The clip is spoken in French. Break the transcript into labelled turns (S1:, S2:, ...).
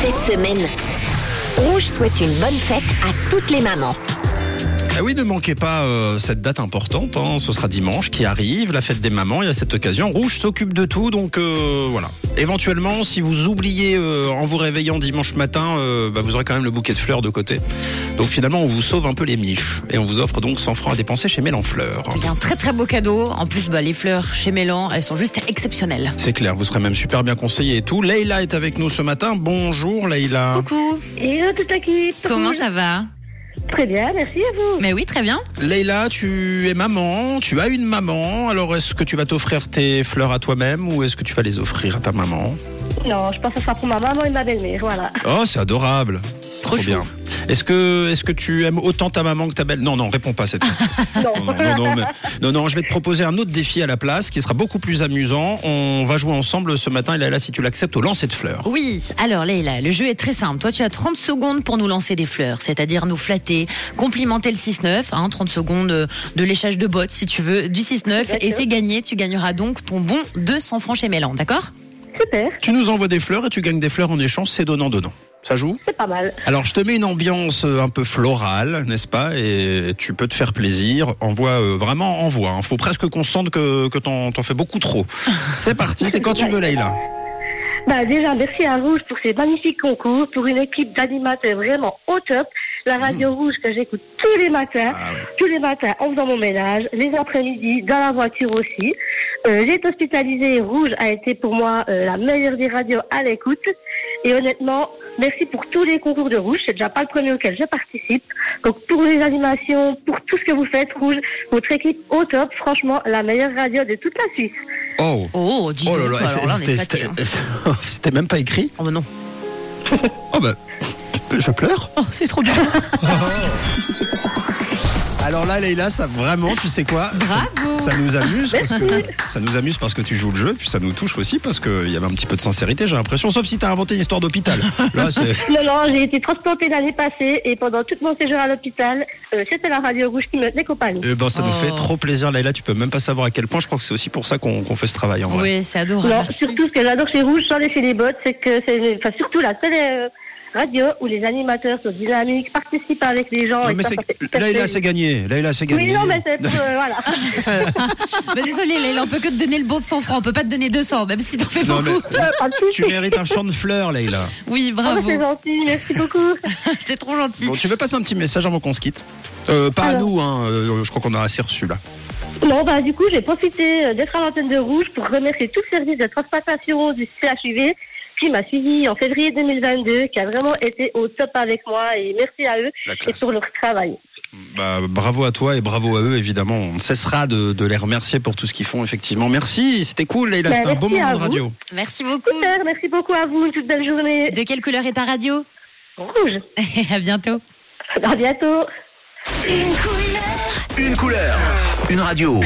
S1: Cette semaine, Rouge souhaite une bonne fête à toutes les mamans.
S2: Ah oui, ne manquez pas euh, cette date importante, hein, ce sera dimanche qui arrive, la fête des mamans, et à cette occasion, Rouge s'occupe de tout, donc euh, voilà. Éventuellement, si vous oubliez euh, en vous réveillant dimanche matin, euh, bah, vous aurez quand même le bouquet de fleurs de côté. Donc finalement, on vous sauve un peu les miches, et on vous offre donc 100 francs à dépenser chez Mélanfleur.
S3: Il y a un Eh très très beau cadeau. En plus, bah, les fleurs chez Mélan, elles sont juste exceptionnelles.
S2: C'est clair, vous serez même super bien conseillé et tout. Leïla est avec nous ce matin, bonjour Leïla.
S3: Coucou,
S4: Hello toute l'équipe.
S3: comment ça va
S4: Très bien, merci à vous.
S3: Mais oui, très bien.
S2: Leïla, tu es maman, tu as une maman, alors est-ce que tu vas t'offrir tes fleurs à toi-même ou est-ce que tu vas les offrir à ta maman
S4: Non, je pense que ça sera pour ma maman et ma belle-mère, voilà.
S2: Oh, c'est adorable.
S3: Trop chou.
S2: bien. Est-ce que, est-ce que tu aimes autant ta maman que ta belle Non, non, réponds pas à cette question. Ah, non, non, non, mais- non, non, je vais te proposer un autre défi à la place qui sera beaucoup plus amusant. On va jouer ensemble ce matin, et là, si tu l'acceptes, au lancer de fleurs.
S3: Oui, alors Leïla, le jeu est très simple. Toi, tu as 30 secondes pour nous lancer des fleurs, c'est-à-dire nous flatter, complimenter le 6-9, hein, 30 secondes euh, de léchage de bottes, si tu veux, du 6-9, et
S4: D'accord.
S3: c'est gagné. Tu gagneras donc ton bon 200 francs chez Mélan, d'accord
S4: Super,
S2: Tu nous envoies des fleurs et tu gagnes des fleurs en échange, c'est donnant-donnant. Ça joue
S4: c'est pas mal.
S2: Alors, je te mets une ambiance euh, un peu florale, n'est-ce pas Et tu peux te faire plaisir. Envoie, euh, vraiment, envoie. hein. Faut presque qu'on sente que, que t'en, t'en fais beaucoup trop. C'est parti, c'est quand tu veux, Leïla.
S4: Bah, déjà, merci à Rouge pour ces magnifiques concours, pour une équipe d'animateurs vraiment au top. La
S2: Mmh.
S4: radio Rouge que j'écoute tous les matins,
S2: Ah ouais.
S4: tous les matins en faisant mon ménage, les après-midi, dans la voiture aussi. Euh, J'ai été hospitalisée, Rouge a été pour moi euh, la meilleure des radios à l'écoute. Et honnêtement, merci pour tous les concours de Rouge, c'est déjà pas le premier auquel je participe. Donc pour les animations, pour tout ce que vous faites, Rouge, votre équipe au top, franchement, la meilleure radio de toute la Suisse.
S2: Oh
S3: Oh, dis
S2: Oh là
S3: donc,
S2: là,
S3: alors là, on est
S2: c'était-
S3: flattés, hein.
S2: c'était c'était même pas écrit.
S3: Oh bah non.
S2: Oh bah, je pleure.
S3: Oh, c'est trop bien.
S2: Alors là, Leïla, ça vraiment, tu sais quoi ça-
S3: Bravo.
S2: Ça nous amuse parce que ça nous amuse parce que tu joues le jeu, puis ça nous touche aussi parce qu'il y avait un petit peu de sincérité, j'ai l'impression. Sauf si t'as inventé une histoire d'hôpital. Là, c'est
S4: Non, non, j'ai été transplantée l'année passée et pendant tout mon séjour à l'hôpital, euh, c'était la radio rouge qui me tenait compagnie.
S2: eh ben, ça nous
S3: Oh.
S2: fait trop plaisir, Leïla. Tu peux même pas savoir à quel point. Je crois que c'est aussi pour ça qu'on qu'on fait ce travail. En vrai.
S3: Oui, c'est adorable.
S4: non,
S3: merci.
S4: Bah, surtout ce que j'adore chez Rouge, sans laisser les bottes, c'est que c'est enfin, surtout la télé euh, radio où les animateurs sont dynamiques, participent avec les gens.
S2: Non,
S4: et
S2: mais
S4: ça,
S2: c'est-
S4: ça fait hyper
S2: Leïla,
S4: plaisir.
S2: c'est gagné. Leïla, c'est gagné.
S4: Oui, non, mais c'est pour, euh, voilà.
S3: Bah, désolé, Leïla, on peut que te donner le bon de 100 francs. On peut pas te donner 200, même si t'en fais
S2: Non, mais-
S3: beaucoup.
S4: Pas de souci.
S2: Tu mérites un champ de fleurs, Leïla.
S3: Oui,
S4: Oh, mais
S3: bravo.
S4: C'est gentil, merci beaucoup.
S3: C'était trop gentil.
S2: Bon, tu veux passer un petit message avant qu'on se quitte Euh, Pas à
S4: Alors.
S2: nous, hein, euh, je crois qu'on a assez reçu là.
S4: Non, bah, du coup, j'ai profité euh, d'être à l'antenne de Rouge pour remercier tout le service de transplantation du CHUV qui m'a suivi en février 2022, qui a vraiment été au top avec moi et merci à eux
S2: La
S4: et
S2: classe.
S4: pour leur travail.
S2: Bah, bravo à toi et bravo à eux, évidemment. On ne cessera de, de les remercier pour tout ce qu'ils font, effectivement. Merci, c'était cool, Leïla.
S4: Bah,
S2: C'était un beau
S4: merci
S2: moment
S4: à
S2: de
S4: vous.
S2: radio.
S3: Merci beaucoup.
S4: Super, merci beaucoup à vous, une toute belle journée.
S3: De quelle couleur est ta radio
S4: Rouge,
S3: À bientôt.
S4: à bientôt.
S5: Une couleur. Une radio.